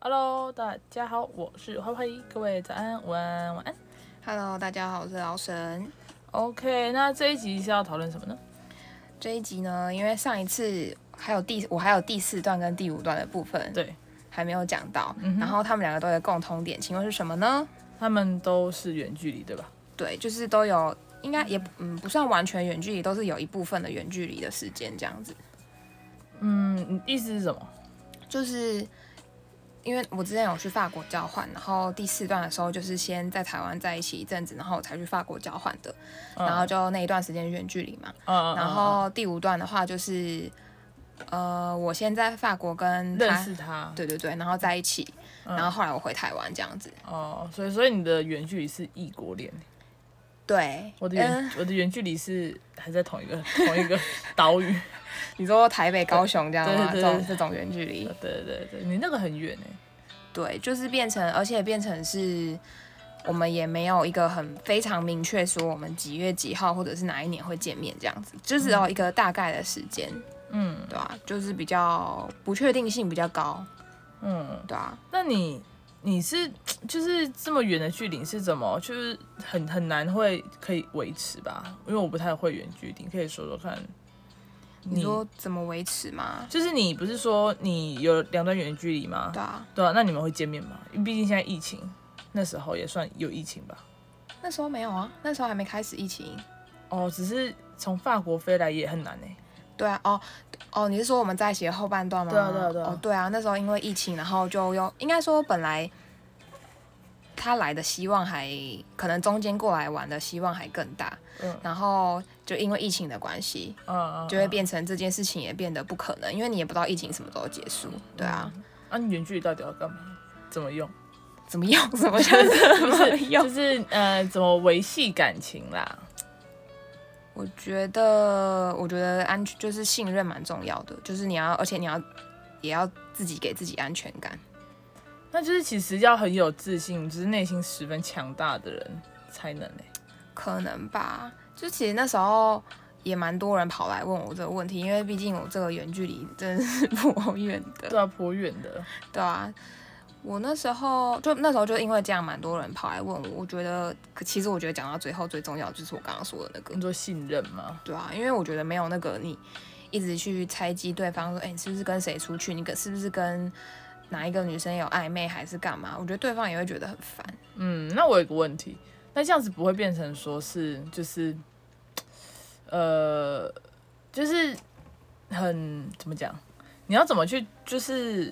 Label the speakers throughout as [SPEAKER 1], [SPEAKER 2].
[SPEAKER 1] Hello，大家好，我是花花姨，各位早安、午安、晚安。
[SPEAKER 2] Hello，大家好，我是老沈。
[SPEAKER 1] OK，那这一集是要讨论什么呢？
[SPEAKER 2] 这一集呢，因为上一次还有第我还有第四段跟第五段的部分，
[SPEAKER 1] 对，
[SPEAKER 2] 还没有讲到。
[SPEAKER 1] 嗯哼
[SPEAKER 2] 然后他们两个都有共同点，请问是什么呢？
[SPEAKER 1] 他们都是远距离，对吧？
[SPEAKER 2] 对，就是都有，应该也嗯不算完全远距离，都是有一部分的远距离的时间这样子。
[SPEAKER 1] 嗯，你意思是什么？
[SPEAKER 2] 就是因为我之前有去法国交换，然后第四段的时候就是先在台湾在一起一阵子，然后我才去法国交换的，
[SPEAKER 1] 嗯
[SPEAKER 2] 然后就那一段时间远距离嘛。
[SPEAKER 1] 嗯，
[SPEAKER 2] 然后第五段的话就是，呃，我先在法国跟
[SPEAKER 1] 嗯嗯
[SPEAKER 2] 他
[SPEAKER 1] 认，识他，
[SPEAKER 2] 对对对，然后在一起，
[SPEAKER 1] 嗯
[SPEAKER 2] 然后后来我回台湾这样子。
[SPEAKER 1] 哦，所以所以你的远距离是异国恋，
[SPEAKER 2] 对，
[SPEAKER 1] 我的远、
[SPEAKER 2] 嗯
[SPEAKER 1] 我的远距离是还在同一个同一个岛屿。
[SPEAKER 2] 你说台北、高雄这样吗？
[SPEAKER 1] 对对对
[SPEAKER 2] 这种
[SPEAKER 1] 对
[SPEAKER 2] 这种远距离，
[SPEAKER 1] 对对对，你那个很远哎。
[SPEAKER 2] 对，就是变成，而且变成是。我们也没有一个很非常明确说我们几月几号或者是哪一年会见面这样子，就只有一个大概的时间，
[SPEAKER 1] 嗯
[SPEAKER 2] 对啊？就是比较不确定性比较高，
[SPEAKER 1] 嗯，
[SPEAKER 2] 对啊？
[SPEAKER 1] 那你你是就是这么远的距离是怎么就是很很难会可以维持吧？因为我不太会远距离，可以说说看。
[SPEAKER 2] 你说怎么维持嘛？
[SPEAKER 1] 就是你不是说你有两段远距离吗？
[SPEAKER 2] 对啊，
[SPEAKER 1] 对啊，那你们会见面吗？因为毕竟现在疫情，那时候也算有疫情吧。
[SPEAKER 2] 那时候没有啊，那时候还没开始疫情。
[SPEAKER 1] 哦，只是从法国飞来也很难欸呢、
[SPEAKER 2] 对啊，哦哦，你是说我们在一起的后半段吗？
[SPEAKER 1] 对啊对啊对啊
[SPEAKER 2] 哦，对啊，那时候因为疫情，然后就又应该说本来他来的希望还可能中间过来玩的希望还更大，
[SPEAKER 1] 嗯
[SPEAKER 2] 然后就因为疫情的关系，
[SPEAKER 1] 嗯嗯，
[SPEAKER 2] 就会变成这件事情也变得不可能，因为你也不知道疫情什么时候结束。对啊，
[SPEAKER 1] 啊，你远距离到底要干嘛？怎么 用？
[SPEAKER 2] 怎么用？ 怎么用？怎么
[SPEAKER 1] 就
[SPEAKER 2] 用？
[SPEAKER 1] 是呃，怎么维系感情啦？
[SPEAKER 2] 我觉得，我觉得安全就是信任蛮重要的，就是你要，而且你要也要自己给自己安全感。
[SPEAKER 1] 那就是其实要很有自信，就是内心十分强大的人才能欸诶、
[SPEAKER 2] 可能吧。就其实那时候也蛮多人跑来问我这个问题，因为毕竟我这个远距离真的是 不远的，
[SPEAKER 1] 对啊，颇远的。
[SPEAKER 2] 对啊。我那时候就那时候就因为这样，蛮多人跑来问我。我觉得，可其实我觉得讲到最后最重要的就是我刚刚说的那个
[SPEAKER 1] 你，说信任吗？
[SPEAKER 2] 对啊，因为我觉得没有那个你一直去猜忌对方说，哎、你是不是跟谁出去？你跟是不是跟哪一个女生有暧昧还是干嘛？我觉得对方也会觉得很烦。
[SPEAKER 1] 嗯，那我有个问题，那这样子不会变成说是就是，呃，就是很怎么讲？你要怎么去就是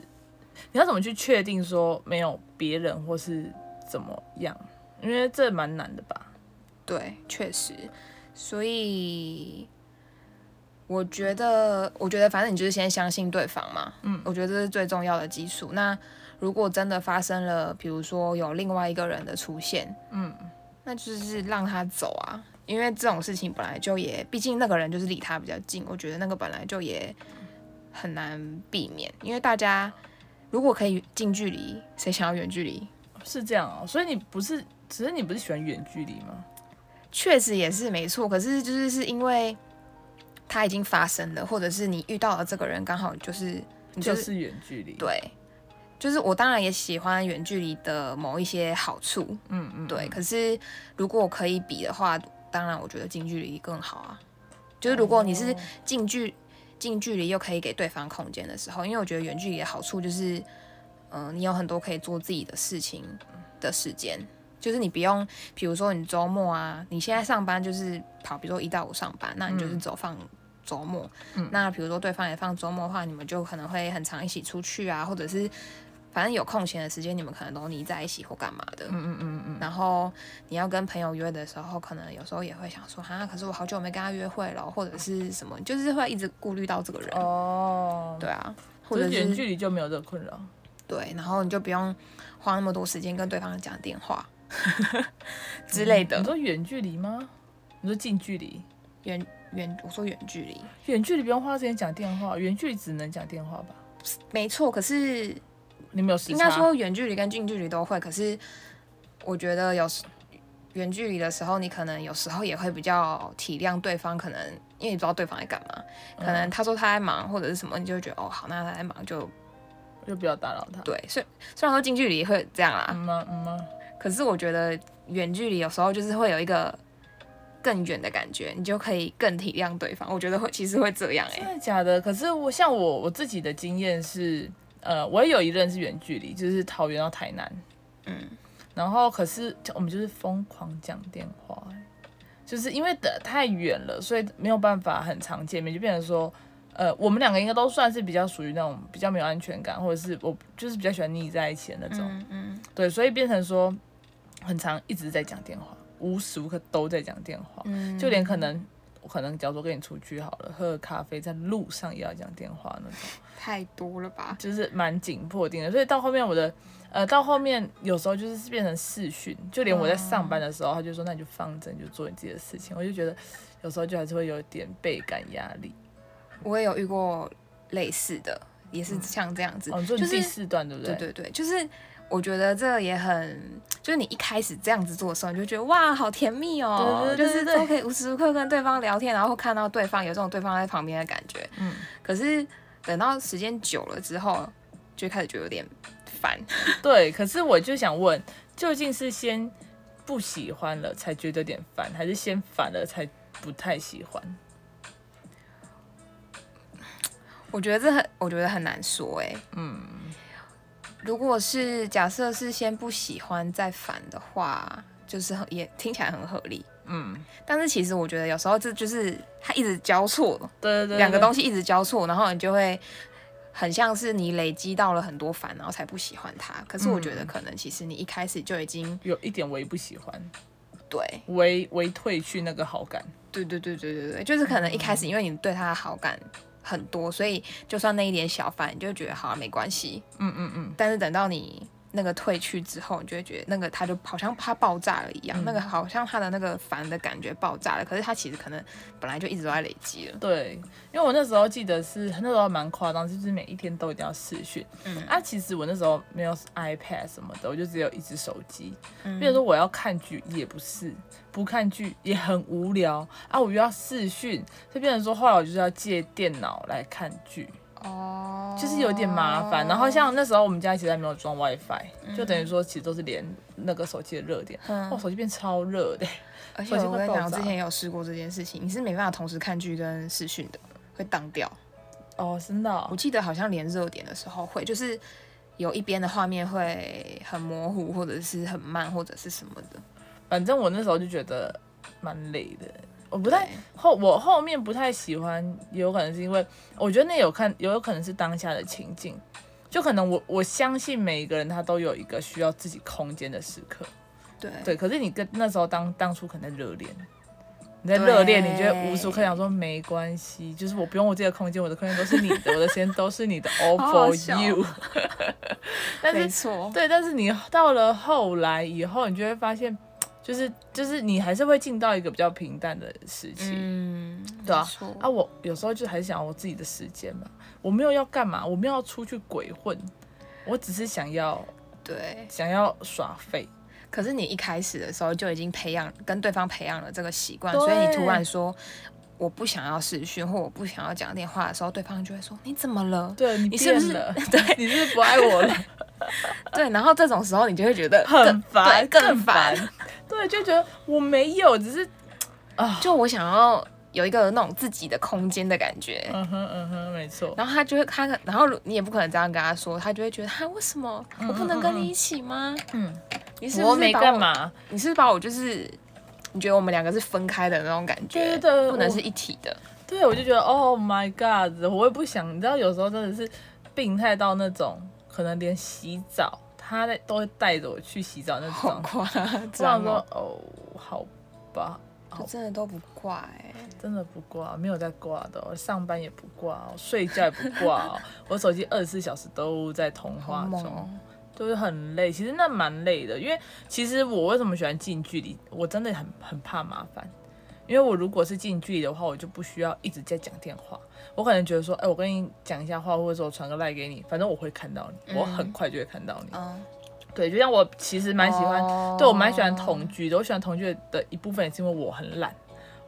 [SPEAKER 1] 你要怎么去确定说没有别人或是怎么样？因为这蛮难的吧？
[SPEAKER 2] 对，确实，所以我觉得，我觉得反正你就是先相信对方嘛，嗯，我觉得这是最重要的基础。那如果真的发生了，比如说有另外一个人的出现，
[SPEAKER 1] 嗯，
[SPEAKER 2] 那就是让他走啊，因为这种事情本来就也，毕竟那个人就是离他比较近，我觉得那个本来就也很难避免，因为大家如果可以近距离，谁想要远距离？
[SPEAKER 1] 是这样哦、所以你不是，只是你不是喜欢远距离吗？
[SPEAKER 2] 确实也是没错，可是就是是因为它已经发生了，或者是你遇到了这个人刚好就是你
[SPEAKER 1] 就
[SPEAKER 2] 就是、
[SPEAKER 1] 是远距离。
[SPEAKER 2] 对，就是我当然也喜欢远距离的某一些好处，
[SPEAKER 1] 嗯，嗯嗯，
[SPEAKER 2] 对。可是如果可以比的话，当然我觉得近距离更好啊。就是如果你是
[SPEAKER 1] 哦
[SPEAKER 2] 近距近距离又可以给对方空间的时候，因为我觉得远距离的好处就是，嗯、你有很多可以做自己的事情的时间，就是你不用，比如说你周末啊，你现在上班就是跑，比如说一到五上班，那你就是走放。周末，
[SPEAKER 1] 嗯
[SPEAKER 2] 那比如说对方也放周末的话，你们就可能会很常一起出去啊，或者是反正有空闲的时间，你们可能都腻在一起或干嘛的。
[SPEAKER 1] 嗯嗯嗯嗯，
[SPEAKER 2] 然后你要跟朋友约的时候，可能有时候也会想说，哈，可是我好久没跟他约会了，或者是什么，就是会一直顾虑到这个人，
[SPEAKER 1] 哦，
[SPEAKER 2] 对啊，或
[SPEAKER 1] 可
[SPEAKER 2] 者
[SPEAKER 1] 是远距
[SPEAKER 2] 是
[SPEAKER 1] 离嗯就没有这个困扰。
[SPEAKER 2] 对，然后你就不用花那么多时间跟对方讲电话 之类的
[SPEAKER 1] 嗯你。说远距离吗？你说近距离？
[SPEAKER 2] 远远，我说远距离，
[SPEAKER 1] 远距离不用花时间讲电话，远距离只能讲电话吧？
[SPEAKER 2] 没错，可是
[SPEAKER 1] 你没有时差？
[SPEAKER 2] 应该说远距离跟近距离都会，可是我觉得有时远距离的时候，你可能有时候也会比较体谅对方，可能因
[SPEAKER 1] 嗯
[SPEAKER 2] 为你不知道对方在干嘛，可能他说他在忙或者是什么，你就会觉得哦好，那他在忙就
[SPEAKER 1] 就不要打扰他。
[SPEAKER 2] 对，虽虽然说近距离会这样啦，
[SPEAKER 1] 嗯吗？嗯吗？
[SPEAKER 2] 可是我觉得远距离有时候就是会有一个更远的感觉，你就可以更体谅对方。我觉得会其实会这样哎、
[SPEAKER 1] 真的假的？可是我像我我自己的经验是，呃，我也有一任是远距离，就是桃园到台南，
[SPEAKER 2] 嗯，
[SPEAKER 1] 然后可是我们就是疯狂讲电话，就是因为的太远了，所以没有办法很常见面，就变成说，呃，我们两个应该都算是比较属于那种比较没有安全感，或者是我就是比较喜欢腻在一起的那种，
[SPEAKER 2] 嗯嗯
[SPEAKER 1] 对，所以变成说，很常一直在讲电话，无时无刻都在讲电话，
[SPEAKER 2] 嗯
[SPEAKER 1] 就连可能。我可能，假如说跟你出去好了，喝个咖啡，在路上也要讲电话那种。
[SPEAKER 2] 太多了吧？
[SPEAKER 1] 就是蛮紧迫定的，所以到后面我的呃，到后面有时候就是变成视讯，就连我在上班的时候，他就说那你就放着，你就做你自己的事情，我就觉得有时候就还是会有点倍感压力。
[SPEAKER 2] 我也有遇过类似的，也是像这样子，
[SPEAKER 1] 哦，你说
[SPEAKER 2] 嗯就
[SPEAKER 1] 你
[SPEAKER 2] 是
[SPEAKER 1] 第四段对不对？
[SPEAKER 2] 对对对，就是我觉得这也很，就是你一开始这样子做的时候，你就觉得哇，好甜蜜哦，
[SPEAKER 1] 对对对对
[SPEAKER 2] 就是都可以无时无刻跟对方聊天，然后看到对方有这种对方在旁边的感觉。
[SPEAKER 1] 嗯，
[SPEAKER 2] 可是等到时间久了之后，就开始觉得有点烦。
[SPEAKER 1] 对可是我就想问，究竟是先不喜欢了才觉得有点烦，还是先烦了才不太喜欢？
[SPEAKER 2] 我觉得这很，我觉得很难说哎、
[SPEAKER 1] 嗯，
[SPEAKER 2] 如果是假设是先不喜欢再烦的话，就是很也听起来很合理。
[SPEAKER 1] 嗯，
[SPEAKER 2] 但是其实我觉得有时候这就是它一直交错，
[SPEAKER 1] 对对对，
[SPEAKER 2] 两个东
[SPEAKER 1] 西
[SPEAKER 2] 西一直交错，然后你就会很像是你累积到了很多烦，然后才不喜欢它。可是我觉得可能其实你一开始就已经
[SPEAKER 1] 有一点微不喜欢，
[SPEAKER 2] 对
[SPEAKER 1] 微微退去那个好感。
[SPEAKER 2] 对对对对对对，嗯就是可能一开始因为你对他的好感很多，所以就算那一点小烦，你就觉得好、啊、没关系。
[SPEAKER 1] 嗯嗯嗯，
[SPEAKER 2] 但是等到你那个退去之后，你就会觉得那个他就好像他爆炸了一样，那个好像他的那个烦的感觉爆炸了。可是他其实可能本来就一直都在累积了。
[SPEAKER 1] 对，因为我那时候记得是那时候蛮夸张，就是每一天都一定要视讯。
[SPEAKER 2] 嗯
[SPEAKER 1] 啊，其实我那时候没有 iPad 什么的，我就只有一只手机。
[SPEAKER 2] 嗯
[SPEAKER 1] 比如说我要看剧也不是，不看剧也很无聊啊，我又要视讯，就变成说后来我就是要借电脑来看剧，
[SPEAKER 2] 哦
[SPEAKER 1] 就是有点麻烦。然后像那时候我们家其实还没有装 WiFi，就等于说其实都是连那个手机的热点。
[SPEAKER 2] 嗯
[SPEAKER 1] 哦，手机变超热的、
[SPEAKER 2] 而且
[SPEAKER 1] 手机
[SPEAKER 2] 我
[SPEAKER 1] 会
[SPEAKER 2] 跟你
[SPEAKER 1] 爆
[SPEAKER 2] 讲，我
[SPEAKER 1] 炸
[SPEAKER 2] 之前也有试过这件事情，你是没办法同时看剧跟视讯的，会当掉。
[SPEAKER 1] 哦，真的哦、
[SPEAKER 2] 我记得好像连热点的时候会，就是有一边的画面会很模糊，或者是很慢，或者是什么的。
[SPEAKER 1] 反正我那时候就觉得蛮累的，我不太
[SPEAKER 2] 对
[SPEAKER 1] 后我后面不太喜欢，也有可能是因为我觉得那有看，也有可能是当下的情境，就可能我我相信每一个人他都有一个需要自己空间的时刻，
[SPEAKER 2] 对
[SPEAKER 1] 对。可是你跟那时候当当初可能在热恋，你在
[SPEAKER 2] 对
[SPEAKER 1] 热恋，你就会无时无刻想说没关系，就是我不用我自己的空间，我的空间都是你的，我的时间都是你的，all
[SPEAKER 2] 好好
[SPEAKER 1] for
[SPEAKER 2] 笑
[SPEAKER 1] you。但是
[SPEAKER 2] 没错，
[SPEAKER 1] 对，但是你到了后来以后，你就会发现，就是就是你还是会进到一个比较平淡的时期，
[SPEAKER 2] 嗯，
[SPEAKER 1] 对啊
[SPEAKER 2] 没错。
[SPEAKER 1] 啊，我有时候就很想要我自己的时间嘛，我没有要干嘛，我没有要出去鬼混，我只是想要
[SPEAKER 2] 对。
[SPEAKER 1] 想要耍废，
[SPEAKER 2] 可是你一开始的时候就已经培养跟对方培养了这个习惯，
[SPEAKER 1] 对
[SPEAKER 2] 所以你突然说我不想要视讯或我不想要讲电话的时候，对方就会说你怎么了？
[SPEAKER 1] 对你
[SPEAKER 2] 你是不
[SPEAKER 1] 变
[SPEAKER 2] 是
[SPEAKER 1] 了，对， 你是不是不爱我了，
[SPEAKER 2] 对，然后这种时候你就会觉得
[SPEAKER 1] 很烦，
[SPEAKER 2] 对更
[SPEAKER 1] 烦
[SPEAKER 2] 烦，
[SPEAKER 1] 对，就觉得我没有，只是
[SPEAKER 2] 就我想要有一个那种自己的空间的感觉。
[SPEAKER 1] 嗯哼嗯哼，没错，
[SPEAKER 2] 然后他就会，他然后你也不可能这样跟他说，他就会觉得，哈，为什么我不能跟你一起吗？
[SPEAKER 1] 嗯，
[SPEAKER 2] 你是不是
[SPEAKER 1] 我没
[SPEAKER 2] 把
[SPEAKER 1] 干？嘛，
[SPEAKER 2] 你是不是把我就是，你觉得我们两个是分开的那种感觉，
[SPEAKER 1] 对对对
[SPEAKER 2] 不能
[SPEAKER 1] 我
[SPEAKER 2] 是一体的。
[SPEAKER 1] 对，我就觉得 Oh my God，我也不想，你知道，有时候真的是病态到那种，可能连洗澡，他在都会带着我去洗澡那
[SPEAKER 2] 好
[SPEAKER 1] 种。
[SPEAKER 2] 夸
[SPEAKER 1] 我想
[SPEAKER 2] 张
[SPEAKER 1] 说
[SPEAKER 2] 哦，
[SPEAKER 1] 哦，好吧，
[SPEAKER 2] 我真的都不挂哎、
[SPEAKER 1] 真的不挂，没有在挂的哦、我上班也不挂、哦，睡觉也不挂、哦， 我手机二十四小时都在通
[SPEAKER 2] 好
[SPEAKER 1] 话
[SPEAKER 2] 猛
[SPEAKER 1] 中
[SPEAKER 2] 哦。，
[SPEAKER 1] 就是很累，其实那蛮累的，因为其实我为什么喜欢近距离，我真的很很怕麻烦，因为我如果是近距离的话，我就不需要一直在讲电话，我可能觉得说，哎、我跟你讲一下话，或者说我传个赖给你，反正我会看到你，我很快就会看到你。
[SPEAKER 2] 嗯，
[SPEAKER 1] 对，就像我其实蛮喜欢，
[SPEAKER 2] 哦
[SPEAKER 1] 对我蛮喜欢同居的，我喜欢同居的一部分也是因为我很懒。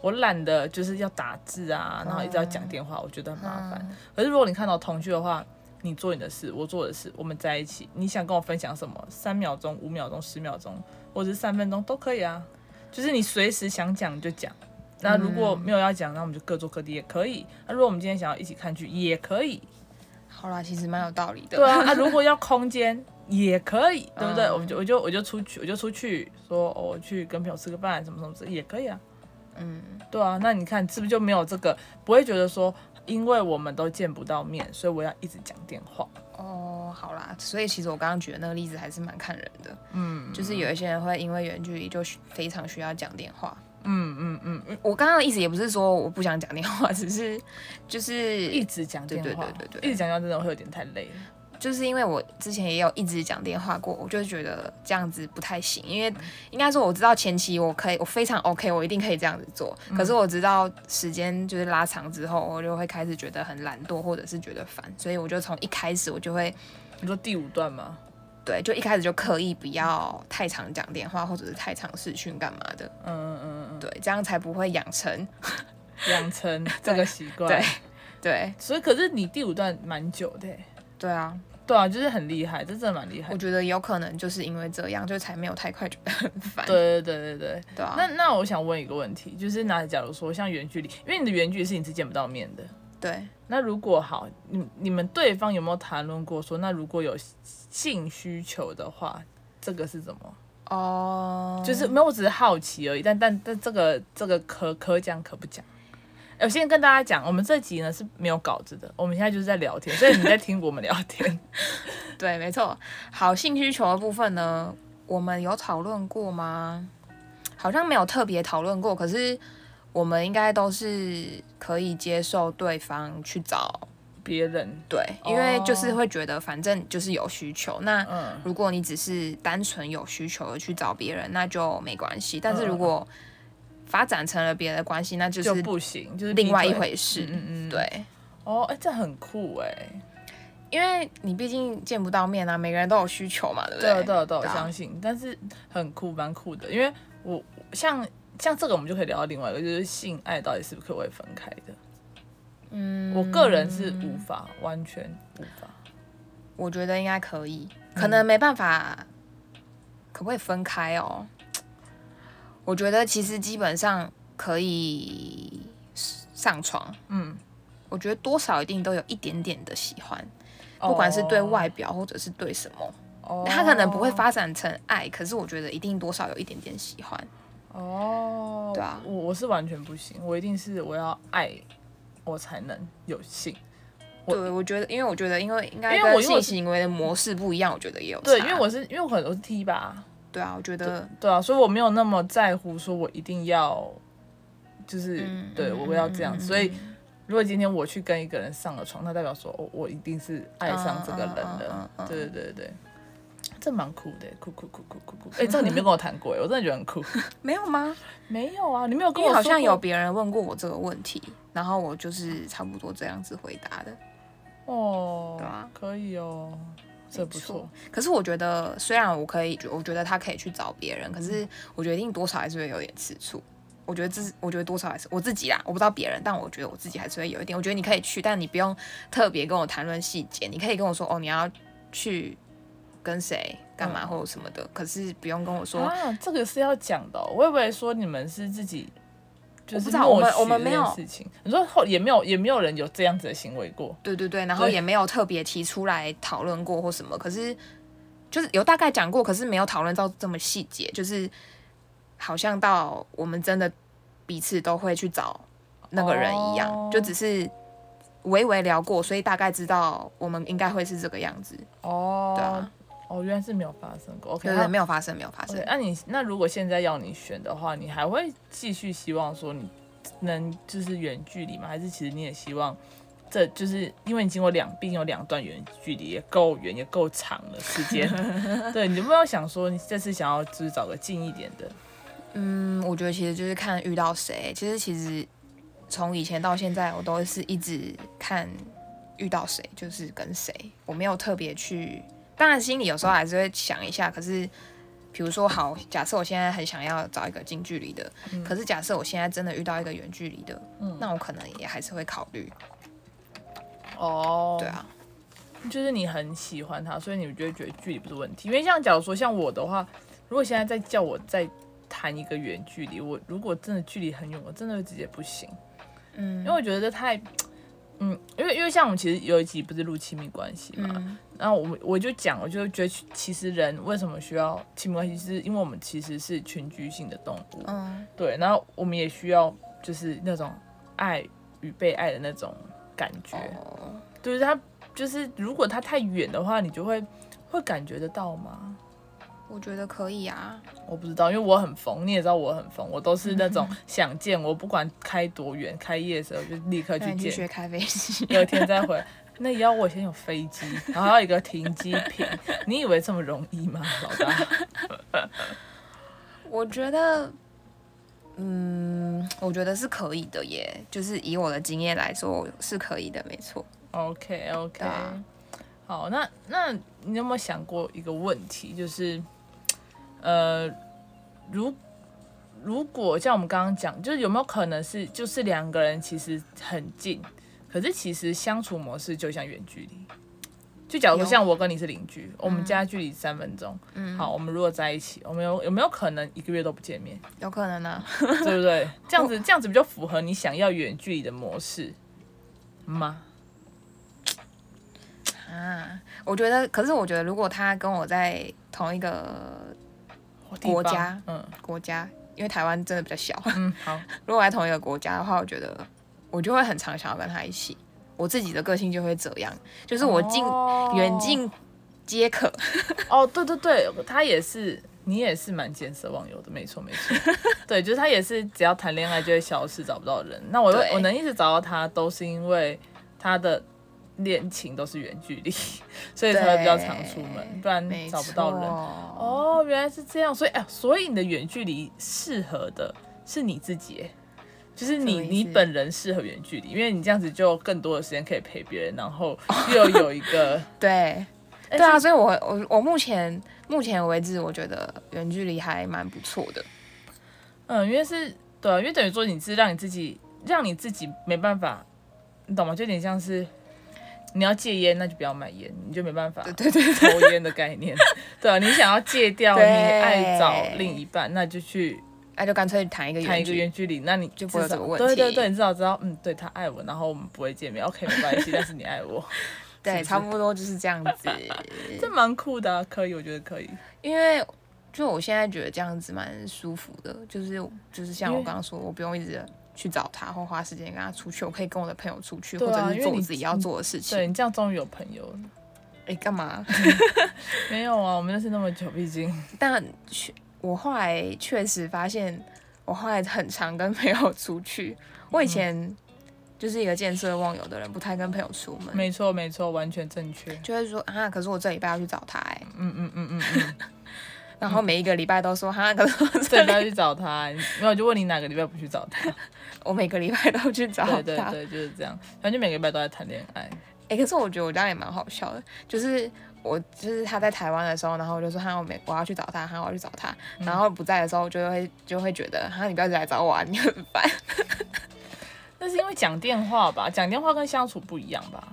[SPEAKER 1] 我懒得就是要打字啊，然后一直要讲电话，我觉得很麻烦。可是如果你看到同居的话，你做你的事，我做我的事，我们在一起。你想跟我分享什么？三秒钟、五秒钟、十秒钟，或者是三分钟都可以啊，就是你随时想讲就讲。那如果没有要讲，那我们就各做各的也可以。那如果我们今天想要一起看剧也可以，
[SPEAKER 2] 好啦，其实蛮有道理的。
[SPEAKER 1] 对 啊，啊，如果要空间也可以，对不对？
[SPEAKER 2] 嗯
[SPEAKER 1] 我们就我就我就出去，我就出去说，哦，我去跟朋友吃个饭，什么什么之类也可以啊。嗯，对啊，那你看是不是就没有这个？不会觉得说，因为我们都见不到面，所以我要一直讲电话。
[SPEAKER 2] 哦，好啦，所以其实我刚刚举的那个例子还是蛮看人的。嗯，就是有一些人会因为远距离就需非常需要讲电话。
[SPEAKER 1] 嗯嗯嗯嗯，
[SPEAKER 2] 我刚刚的意思也不是说我不想讲电话，只是就是
[SPEAKER 1] 一直讲电
[SPEAKER 2] 对
[SPEAKER 1] 话，
[SPEAKER 2] 对对对对
[SPEAKER 1] 一直讲电话真的会有点太累了。
[SPEAKER 2] 就是因为我之前也有一直讲电话过，我就觉得这样子不太行，因为应该说我知道前期我可以，我非常 OK，我一定可以这样子做。可是我知道时间就是拉长之后，我就会开始觉得很懒惰，或者是觉得烦，所以我就从一开始我就会
[SPEAKER 1] 你说第五段吗？
[SPEAKER 2] 对，就一开始就刻意不要太常讲电话，或者是太常视讯干嘛的，
[SPEAKER 1] 嗯嗯嗯嗯
[SPEAKER 2] 对，这样才不会养成
[SPEAKER 1] 嗯，养成这个习惯。
[SPEAKER 2] 对对
[SPEAKER 1] 所以可是你第五段蛮久的欸。
[SPEAKER 2] 对啊，
[SPEAKER 1] 对啊，就是很厉害，这真的蛮厉害
[SPEAKER 2] 我。觉得有可能就是因为这样，就才没有太快觉得 很烦，
[SPEAKER 1] 对对对对对，
[SPEAKER 2] 对啊，
[SPEAKER 1] 那那我想问一个问题，就是那假如说像远距离，因为你的远距离是你是见不到面的，
[SPEAKER 2] 对，
[SPEAKER 1] 那如果好，你你们对方有没有谈论过说，那如果有性需求的话，这个是怎么？
[SPEAKER 2] 哦、
[SPEAKER 1] 就是没有，我只是好奇而已。但但但这个这个可可讲可不讲。哎我先跟大家讲，我们这集呢是没有稿子的，我们现在就是在聊天，所以你在听我们聊天。
[SPEAKER 2] 对，没错。好，性需求的部分呢，我们有讨论过吗？好像没有特别讨论过，可是我们应该都是可以接受对方去找，
[SPEAKER 1] 别人，
[SPEAKER 2] 对，因为就是
[SPEAKER 1] 哦
[SPEAKER 2] 会觉得反正就是有需求。那
[SPEAKER 1] 嗯，
[SPEAKER 2] 如果你只是单纯有需求而去找别人，那就没关系。但
[SPEAKER 1] 嗯
[SPEAKER 2] 是如果发展成了别的关系，那就
[SPEAKER 1] 就是不行，就是
[SPEAKER 2] 另外
[SPEAKER 1] 劈
[SPEAKER 2] 一
[SPEAKER 1] 腿。
[SPEAKER 2] 回事。
[SPEAKER 1] 嗯嗯，嗯。
[SPEAKER 2] 对，
[SPEAKER 1] 哦，哎、这很酷哎、
[SPEAKER 2] 因为你毕竟见不到面啊，每个人都有需求嘛，对不
[SPEAKER 1] 对啊
[SPEAKER 2] 对？
[SPEAKER 1] 对啊对啊，我
[SPEAKER 2] 对啊
[SPEAKER 1] 相信，但是很酷，蛮酷的。因为我像像这个，我们就可以聊到另外一个，就是性爱到底是不是可以分开的。
[SPEAKER 2] 嗯
[SPEAKER 1] 我个人是无法，完全无法。
[SPEAKER 2] 我觉得应该可以，
[SPEAKER 1] 嗯
[SPEAKER 2] 可能没办法，可不可以分开哦？我觉得其实基本上可以上床，
[SPEAKER 1] 嗯，
[SPEAKER 2] 我觉得多少一定都有一点点的喜欢，不管是对外表或者是对什么，
[SPEAKER 1] 哦，
[SPEAKER 2] 他可能不会发展成爱，可是我觉得一定多少有一点点喜欢。
[SPEAKER 1] 哦，
[SPEAKER 2] 对啊
[SPEAKER 1] 我我是完全不行，我一定是我要爱我才能有性。我
[SPEAKER 2] 对，我觉得，因为我觉得，因为应该
[SPEAKER 1] 因为我
[SPEAKER 2] 跟
[SPEAKER 1] 因为我
[SPEAKER 2] 性行为的模式不一样，我觉得也有
[SPEAKER 1] 对，
[SPEAKER 2] 差
[SPEAKER 1] 因为我是因为我可能我是 T 吧，
[SPEAKER 2] 对啊，我觉得
[SPEAKER 1] 对啊，所以我没有那么在乎，说我一定要就是、
[SPEAKER 2] 嗯
[SPEAKER 1] 对
[SPEAKER 2] 嗯
[SPEAKER 1] 我要这样，
[SPEAKER 2] 嗯嗯
[SPEAKER 1] 所以。如果今天我去跟一个人上了床，那代表说哦我我一定是爱上这个人了。
[SPEAKER 2] 嗯嗯嗯嗯嗯
[SPEAKER 1] 对对对对，这蛮酷的，酷酷酷酷酷酷。哎、这个你没有跟我谈过，哎，我真的觉得很 酷。
[SPEAKER 2] 没有吗？
[SPEAKER 1] 没有啊，你没有跟
[SPEAKER 2] 因
[SPEAKER 1] 我说
[SPEAKER 2] 为好像有
[SPEAKER 1] 过
[SPEAKER 2] 别人问过我这个问题，然后我就是差不多这样子回答的。
[SPEAKER 1] 哦，
[SPEAKER 2] 对啊
[SPEAKER 1] 可以哦，这不错。
[SPEAKER 2] 可是我觉得，虽然我可以，我觉得他可以去找别人，可是我决定多少还是会有点吃醋。我觉得这是，我觉得多少还是我自己啦，我不知道别人，但我觉得我自己还是会有一点。我觉得你可以去，但你不用特别跟我谈论细节，你可以跟我说哦，你要去跟谁干嘛
[SPEAKER 1] 嗯
[SPEAKER 2] 或者什么的，可是不用跟我说。
[SPEAKER 1] 啊，这个是要讲的哦、我以为说你们是自己就
[SPEAKER 2] 我不
[SPEAKER 1] 是
[SPEAKER 2] 知道我
[SPEAKER 1] 默
[SPEAKER 2] 们
[SPEAKER 1] 许
[SPEAKER 2] 我们
[SPEAKER 1] 这
[SPEAKER 2] 没
[SPEAKER 1] 件
[SPEAKER 2] 有
[SPEAKER 1] 事情。你说后也没有也没有人有这样子的行为过。
[SPEAKER 2] 对对对，然后
[SPEAKER 1] 对
[SPEAKER 2] 也没有特别提出来讨论过或什么，可是就是有大概讲过，可是没有讨论到这么细节，就是好像到我们真的彼此都会去找那个人一样，
[SPEAKER 1] 哦
[SPEAKER 2] 就只是微微聊过，所以大概知道我们应该会是这个样子，
[SPEAKER 1] 哦，
[SPEAKER 2] 对啊，
[SPEAKER 1] 哦，原来是没有发生过。OK，
[SPEAKER 2] 对对，没有发生，没有发生
[SPEAKER 1] OK，。那你那如果现在要你选的话，你还会继续希望说你能就是远距离吗？还是其实你也希望这就是因为你经过两毕竟有两段远距离，也够远也够长了时 间。对，你有没有想说你这次想要就是找个近一点的？
[SPEAKER 2] 嗯，我觉得其实就是看遇到谁，其实其实从以前到现在，我都是一直看遇到谁就是跟谁，我没有特别去，当然心里有时候还是会想一下，可是。比如说，好，假设我现在很想要找一个近距离的，
[SPEAKER 1] 嗯
[SPEAKER 2] 可是假设我现在真的遇到一个远距离的，那我可能也还是会考虑，
[SPEAKER 1] 哦，
[SPEAKER 2] 对，啊，
[SPEAKER 1] 就是你很喜欢他，所以你就会觉得距离不是问题。因为像假如说像我的话，如果现在再叫我再谈一个远距离，我如果真的距离很远，我真的会直接不行，
[SPEAKER 2] 嗯
[SPEAKER 1] 因为我觉得太，嗯，因为因为像我们其实有一集不是录亲密关系嘛，
[SPEAKER 2] 嗯
[SPEAKER 1] 然后我们我就讲，我就觉得其实人为什么需要亲密关系，是因为我们其实是群居性的动物，
[SPEAKER 2] 嗯
[SPEAKER 1] 对，然后我们也需要就是那种爱与被爱的那种感觉，
[SPEAKER 2] 哦，
[SPEAKER 1] 就是它就是如果它太远的话，你就会会感觉得到吗？
[SPEAKER 2] 我觉得可以啊。
[SPEAKER 1] 我不知道，因为我很疯，你也知道我很疯，我都是那 种想见我不管开多远，开夜的时候就立刻
[SPEAKER 2] 那
[SPEAKER 1] 去
[SPEAKER 2] 你去
[SPEAKER 1] 见，
[SPEAKER 2] 学开飞机，
[SPEAKER 1] 隔天再回。那也要我先有飞机，然后要一个停机坪，你以为这么容易吗，老大？
[SPEAKER 2] 我觉得，嗯，我觉得是可以的耶。就是以我的经验来说，是可以的，没错。
[SPEAKER 1] OK OK，、
[SPEAKER 2] 对啊
[SPEAKER 1] 好，那那你有没有想过一个问题，就是，呃，如如果像我们刚刚讲，就是有没有可能是就是两个人其实很近，可是其实相处模式就像远距离。就假如说
[SPEAKER 2] 有
[SPEAKER 1] 像我跟你是邻居，我们家距离三分钟，嗯，好，我们如果在一起，我们有有没有可能一个月都不见 面，
[SPEAKER 2] 有可能啊，
[SPEAKER 1] 对不对？这样子这样子比较符合你想要远距离的模式吗？
[SPEAKER 2] 啊，我觉得，可是我觉得，如果他跟我在同一个
[SPEAKER 1] 地
[SPEAKER 2] 国
[SPEAKER 1] 方
[SPEAKER 2] 家
[SPEAKER 1] 嗯
[SPEAKER 2] 国家，因为台湾真的比较小，
[SPEAKER 1] 嗯，好。
[SPEAKER 2] 如果在同一个国家的话，我觉得我就会很常想要跟他一起。我自己的个性就会这样，就是我近
[SPEAKER 1] 哦
[SPEAKER 2] 远近皆可。
[SPEAKER 1] 哦，对对对，他也是，你也是蛮见色忘友的，没错没 错，对，就是他也是只要谈恋爱就会消失，找不到人。那我
[SPEAKER 2] 对
[SPEAKER 1] 我能一直找到他，都是因为他的恋情都是远距离， 所以才会比较常出门，不然
[SPEAKER 2] 没
[SPEAKER 1] 找不到人。
[SPEAKER 2] 错
[SPEAKER 1] 哦，原来是这样，所以哎、所以你的远距离适合的是你自己耶。就是你
[SPEAKER 2] 什么意思
[SPEAKER 1] 你本人适合远距离，因为你这样子就更多的时间可以陪别人，然后又有一个
[SPEAKER 2] 对，对啊，所以我我我目前目前为止，我觉得远距离还蛮不错的。
[SPEAKER 1] 嗯，因为是对啊、因为等于说你是让你自己，让你自己没办法，你懂吗？就有点像是你要戒烟，那就不要买烟，你就没办法
[SPEAKER 2] 对对对，
[SPEAKER 1] 抽烟的概念。 对啊，你想要戒掉，你
[SPEAKER 2] 对
[SPEAKER 1] 爱找另一半，那就去
[SPEAKER 2] 那就干脆谈一个
[SPEAKER 1] 谈一个
[SPEAKER 2] 远距离。
[SPEAKER 1] 远距离，那你就
[SPEAKER 2] 不会有这个问
[SPEAKER 1] 对对
[SPEAKER 2] 题
[SPEAKER 1] 对，你至少知道，嗯，对他爱我，然后我们不会见面，OK，没关系，但是你爱 我，
[SPEAKER 2] 对，
[SPEAKER 1] 是
[SPEAKER 2] 差不多就是这样 子。
[SPEAKER 1] 这蛮酷的、啊，可以，我觉得可以。
[SPEAKER 2] 因为就我现在觉得这样子蛮舒服的，就是就是像
[SPEAKER 1] 因
[SPEAKER 2] 我
[SPEAKER 1] 为
[SPEAKER 2] 刚刚说，我不用一直去找他或花时间跟他出去，我可以跟我的朋友出去，
[SPEAKER 1] 对
[SPEAKER 2] 或
[SPEAKER 1] 啊
[SPEAKER 2] 者是
[SPEAKER 1] 因为
[SPEAKER 2] 做
[SPEAKER 1] 你
[SPEAKER 2] 我自己要做的事
[SPEAKER 1] 对
[SPEAKER 2] 情。
[SPEAKER 1] 你这样终于有朋友了，
[SPEAKER 2] 哎，干嘛？
[SPEAKER 1] 没有啊？我们认识那么久，毕竟
[SPEAKER 2] 但确我后来确实发现，我后来很常跟朋友出去。我以前就是一个见色忘友的人，不太跟朋友出门，
[SPEAKER 1] 没错没错，完全正确。
[SPEAKER 2] 就会说啊，可是我这礼拜要去找他哎、
[SPEAKER 1] 嗯嗯嗯嗯嗯。
[SPEAKER 2] 然后每一个礼拜都说哈，可是我
[SPEAKER 1] 这
[SPEAKER 2] 这
[SPEAKER 1] 礼拜去找他，你没有我就问你哪个礼拜不去找他？
[SPEAKER 2] 我每个礼拜都去找他。
[SPEAKER 1] 对对对，就是这样。反正每个礼拜都在谈恋爱。
[SPEAKER 2] 哎、可是我觉得我这样也蛮好笑的，就是我就是他在台湾的时候，然后我就说哈，我没我要去找他，哈，我要去找他，然后不在的时候，我就会就会觉得哈，你不要一直来找我啊，你很烦。
[SPEAKER 1] 那是因为讲电话吧，讲电话跟相处不一样吧。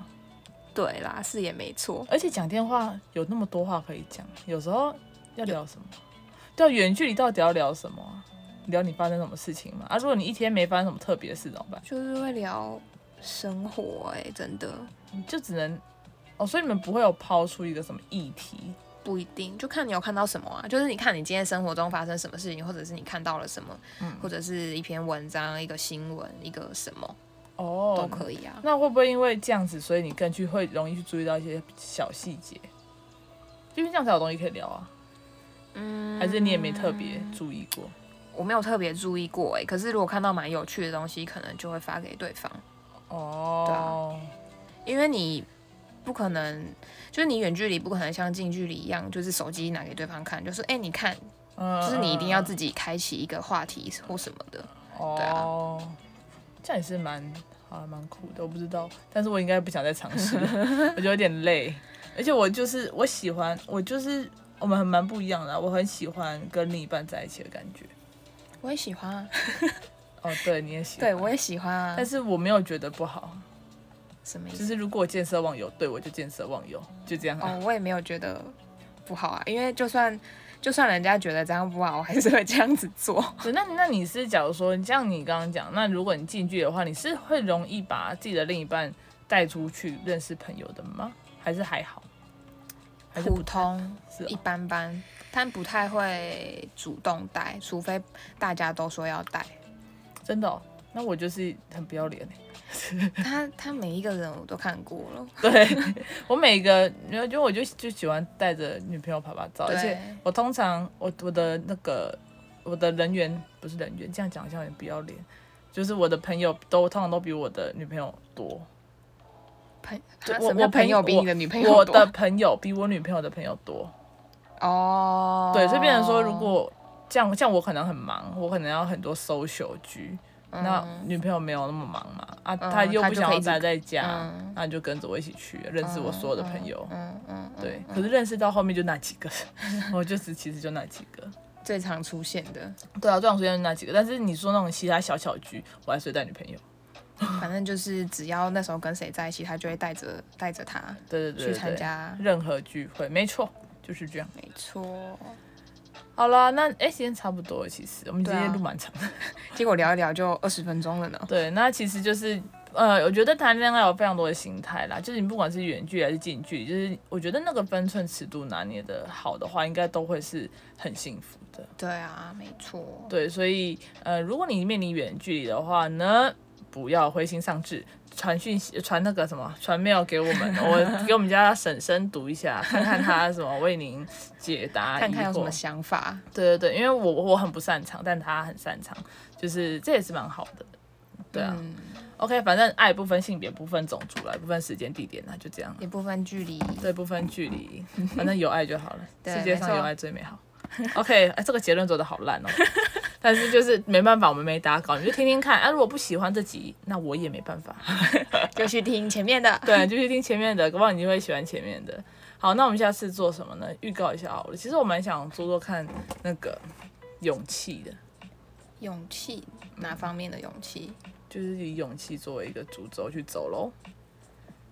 [SPEAKER 2] 对啦，是也没错，
[SPEAKER 1] 而且讲电话有那么多话可以讲，有时候要聊什么？对啊，远距离到底要聊什么啊？聊你发生什么事情嘛？啊，如果你一天没发生什么特别的事怎么办？
[SPEAKER 2] 就是会聊生活、欸，哎，真的
[SPEAKER 1] 你就只能哦，所以你们不会有抛出一个什么议题？
[SPEAKER 2] 不一定，就看你有看到什么啊，就是你看你今天生活中发生什么事情，或者是你看到了什么，或者是一篇文章、一个新闻、一个什么
[SPEAKER 1] 哦，
[SPEAKER 2] 都可以啊。
[SPEAKER 1] 那会不会因为这样子，所以你更去会容易去注意到一些小细节？因为这样才有东西可以聊啊。嗯，还是你也没特别注意过？
[SPEAKER 2] 我没有特别注意过、欸，哎，可是如果看到蛮有趣的东西，可能就会发给对方。
[SPEAKER 1] 哦，
[SPEAKER 2] 啊因为你不可能，就是你远距离不可能像近距离一样，就是手机拿给对方看，就是哎、你看，
[SPEAKER 1] 嗯
[SPEAKER 2] 就是你一定要自己开启一个话题或什么的。对啊
[SPEAKER 1] 哦，这样也是蛮好啊，蛮酷的。我不知道，但是我应该不想再尝试 了，我觉得有点累。而且我就是我喜欢，我就是我们很蛮不一样的啊、我很喜欢跟另一半在一起的感觉。
[SPEAKER 2] 我也喜欢啊，
[SPEAKER 1] 哦，对，你也喜欢，
[SPEAKER 2] 对我也喜欢啊
[SPEAKER 1] 但，是我没有觉得不好。
[SPEAKER 2] 什么意
[SPEAKER 1] 就
[SPEAKER 2] 思？
[SPEAKER 1] 是如果我见色忘友，对我就见色忘友，就这样、啊。
[SPEAKER 2] 哦，我也没有觉得不好啊，因为就算就算人家觉得这样不好，我还是会这样子做。
[SPEAKER 1] 对，那那你是假如说像你刚刚讲，那如果你进去的话，你是会容易把自己的另一半带出去认识朋友的吗？还是还好？还是不
[SPEAKER 2] 普 通
[SPEAKER 1] 是哦
[SPEAKER 2] 一般般，但不太会主动带，除非大家都说要 带。
[SPEAKER 1] 真的、哦？那我就是很不要脸、欸。
[SPEAKER 2] 他他每一个人我都看过了，
[SPEAKER 1] 对 我每个，因为我就就喜欢带着女朋友拍拍
[SPEAKER 2] 哦
[SPEAKER 1] 照，而且
[SPEAKER 2] 对，
[SPEAKER 1] 我通常我我的那个我的人缘不是人缘，这样讲好像有点不要脸，就是我的朋友都通常都比我的女朋友多，
[SPEAKER 2] 朋
[SPEAKER 1] 就
[SPEAKER 2] 他
[SPEAKER 1] 我
[SPEAKER 2] 什么叫
[SPEAKER 1] 我
[SPEAKER 2] 朋友
[SPEAKER 1] 朋
[SPEAKER 2] 比
[SPEAKER 1] 我
[SPEAKER 2] 你的女朋
[SPEAKER 1] 我
[SPEAKER 2] 友多
[SPEAKER 1] 的朋友比我女朋友的朋友多，
[SPEAKER 2] 哦，
[SPEAKER 1] 对，所以变成说如 果像像我可能很忙，我可能要很多 social 局，
[SPEAKER 2] 嗯
[SPEAKER 1] 那女朋友没有那么忙嘛，啊，
[SPEAKER 2] 嗯
[SPEAKER 1] 她又
[SPEAKER 2] 她
[SPEAKER 1] 不
[SPEAKER 2] 就
[SPEAKER 1] 想
[SPEAKER 2] 可以
[SPEAKER 1] 要
[SPEAKER 2] 一直
[SPEAKER 1] 待在家
[SPEAKER 2] 嗯，
[SPEAKER 1] 那你就跟着我一起去认识我所有的朋友，
[SPEAKER 2] 嗯嗯，嗯
[SPEAKER 1] 对，可是认识到后面就那几个， 我就只其实就那几个。
[SPEAKER 2] 最常出现的，
[SPEAKER 1] 对啊，最常出现就那几个，但是你说那种其他小小局，我还是会带女朋友。
[SPEAKER 2] 反正就是只要那时候跟谁在一起，他就会带着带着他
[SPEAKER 1] 对对对
[SPEAKER 2] 去
[SPEAKER 1] 对
[SPEAKER 2] 参
[SPEAKER 1] 对
[SPEAKER 2] 加，
[SPEAKER 1] 任何聚会，没错，就是这样。
[SPEAKER 2] 没错。
[SPEAKER 1] 好了，那哎，时间差不多了，其实我们今
[SPEAKER 2] 对啊
[SPEAKER 1] 天录蛮长的。
[SPEAKER 2] 结果聊一聊就二十分钟了呢。
[SPEAKER 1] 对，那其实就是呃，我觉得谈恋爱有非常多的心态啦，就是你不管是远距离还是近距离，就是我觉得那个分寸尺度拿捏的好的话，应该都会是很幸福的。
[SPEAKER 2] 对啊，没错。
[SPEAKER 1] 对，所以呃，如果你面临远距离的话呢，不要灰心丧志，传讯息传那个什么传 mail 给我们，我 给我们家婶婶读一下，看看她什么为您解答
[SPEAKER 2] 看看
[SPEAKER 1] 啊
[SPEAKER 2] 有
[SPEAKER 1] 疑
[SPEAKER 2] 什么
[SPEAKER 1] 惑
[SPEAKER 2] 想法，
[SPEAKER 1] 对对对，因为我我很不擅长，但她很擅长，就是这也是蛮好的。对啊、
[SPEAKER 2] 嗯，
[SPEAKER 1] o k 反正爱不分性别，不分种族啦，不分时间地点啦，就这样啦。
[SPEAKER 2] 也不分距离。
[SPEAKER 1] 对，不分距离，反正有爱就好了。
[SPEAKER 2] 对
[SPEAKER 1] 世界上
[SPEAKER 2] 没错
[SPEAKER 1] 有爱最美好。OK，哎，这个结论做的好烂哦。 但是就是没办法，我们没打稿，你就听听看啊。如果不喜欢这集，那我也没办法。
[SPEAKER 2] 就去听前面的。
[SPEAKER 1] 对，就去听前面的，搞不好你就会喜欢前面的。好，那我们下次做什么呢？预告一下好了。其实我蛮想做做看那个勇气的，
[SPEAKER 2] 勇气，哪方面的勇气？
[SPEAKER 1] 就是以勇气作为一个主轴去走喽。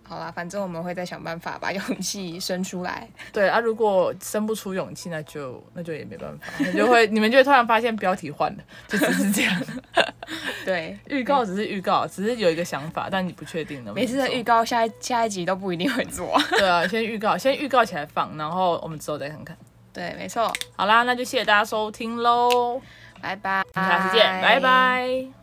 [SPEAKER 2] 好啦，反正我们会再想办法把 勇气生出来。
[SPEAKER 1] 对啊，如果生不出勇气，那就那就也没办法，你就会你们就会突然发现标题换了，就只是这样。
[SPEAKER 2] 对，
[SPEAKER 1] 预告只是预告，只是有一个想法，但你不确定能不能
[SPEAKER 2] 每次的
[SPEAKER 1] 做
[SPEAKER 2] 预告下一下一集都不一定会做。
[SPEAKER 1] 对啊，先预告，先预告起来放，然后我们之后再看看。
[SPEAKER 2] 对，没错。
[SPEAKER 1] 好啦，那就谢谢大家收听喽，
[SPEAKER 2] 拜拜，
[SPEAKER 1] 下次见，拜拜